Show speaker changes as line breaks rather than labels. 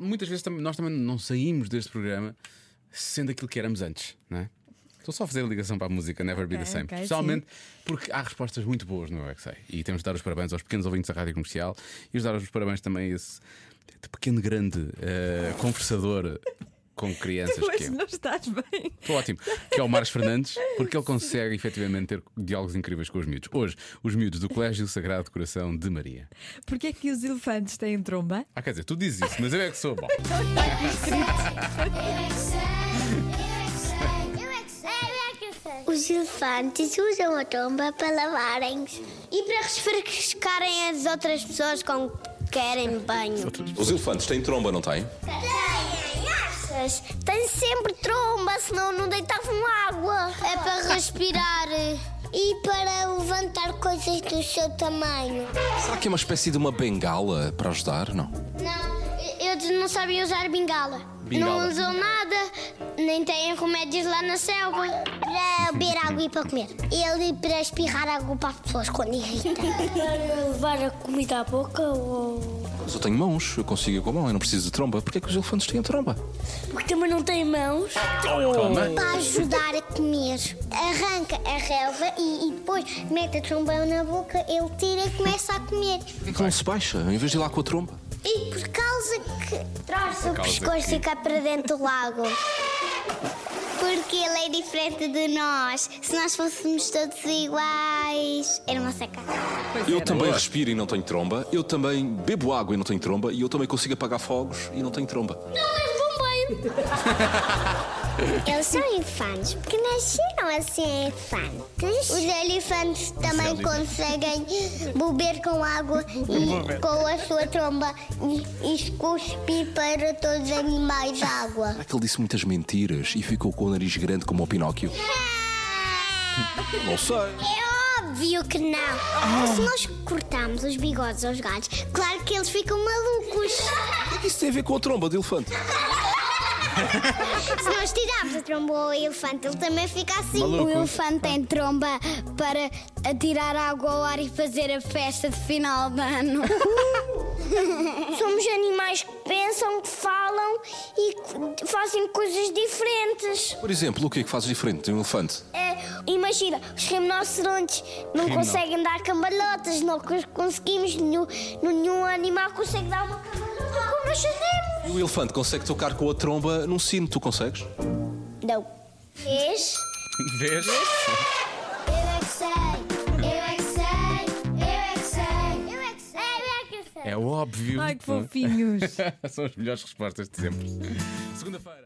muitas vezes tam- nós também não saímos deste programa sendo aquilo que éramos antes, não é? Estou só a fazer a ligação para a música Never Be the
Ok,
Same.
ok,
Especialmente porque há respostas muito boas no UXA. E temos de dar os parabéns aos pequenos ouvintes da rádio comercial e os dar os parabéns também a esse pequeno, grande eh, conversador com crianças que é.
Mas não estás bem.
Estou ótimo. Que é o Marcos Fernandes, porque ele consegue efetivamente ter diálogos incríveis com os miúdos. Hoje, os miúdos do Colégio Sagrado Coração de Maria.
Porquê é que os elefantes têm tromba?
Ah, quer dizer, tu dizes isso, mas eu é que sou bom.
Os elefantes usam a tromba para lavarem-se e para refrescarem as outras pessoas com que querem banho.
Os elefantes têm tromba, não têm?
Têm achas? Tem sempre tromba, senão não deitavam água. É para respirar e para levantar coisas do seu tamanho.
Será que é uma espécie de uma bengala para ajudar? Não.
Não, eles não sabem usar bengala.
Bengala.
Não usam nada, nem têm remédios lá na selva. Para beber água e para comer. Ele para espirrar água para as pessoas quando irritam. para levar a comida à boca ou.
Mas eu tenho mãos, eu consigo ir com a mão, eu não preciso de tromba. Porquê é que os elefantes têm a tromba?
Porque também não tem mãos. Para ajudar a comer. Arranca a relva e, e depois mete a trombão na boca, ele tira e começa a comer.
Porquê que não Então se baixa, em vez de ir lá com a tromba?
E por causa que traz o
causa
pescoço
que-
e cai para dentro do lago. Porque ele é diferente de nós. Se nós fôssemos todos iguais, era uma sacada.
Pois
Eu
era.
também respiro e não tenho tromba, eu também bebo água e não tenho tromba, e eu também consigo apagar fogos e não tenho tromba.
Eles são infantes, porque nasceram assim infantes. Os elefantes também conseguem beber com água e com a sua tromba e, e cuspir para todos os animais água.
Será que ele disse muitas mentiras e ficou com o nariz grande como o Pinóquio? Não sei.
É óbvio que não. Se nós cortarmos os bigodes aos gatos, claro que eles ficam malucos.
O que isso tem a ver com a tromba do elefante?
Se nós tirarmos a tromba ao elefante, ele também fica assim.
Maluco.
O elefante tem tromba para atirar água ao ar e fazer a festa de final de ano. Somos animais que pensam, que falam e fazem coisas diferentes.
Por exemplo, o que é que fazes diferente de um elefante?
É, imagina, os rinocerontes não conseguem dar cambalhotas, não cons- conseguimos, nenhum, nenhum animal consegue dar uma cambalhota como nós fazemos.
E o elefante consegue tocar com a tromba num sino, tu consegues?
Não. Vês?
Vês?
Eu é que sei, eu é que sei, eu é que sei, eu é que sei, eu é que sei.
É óbvio.
Ai que fofinhos.
São as melhores respostas de sempre. Segunda-feira.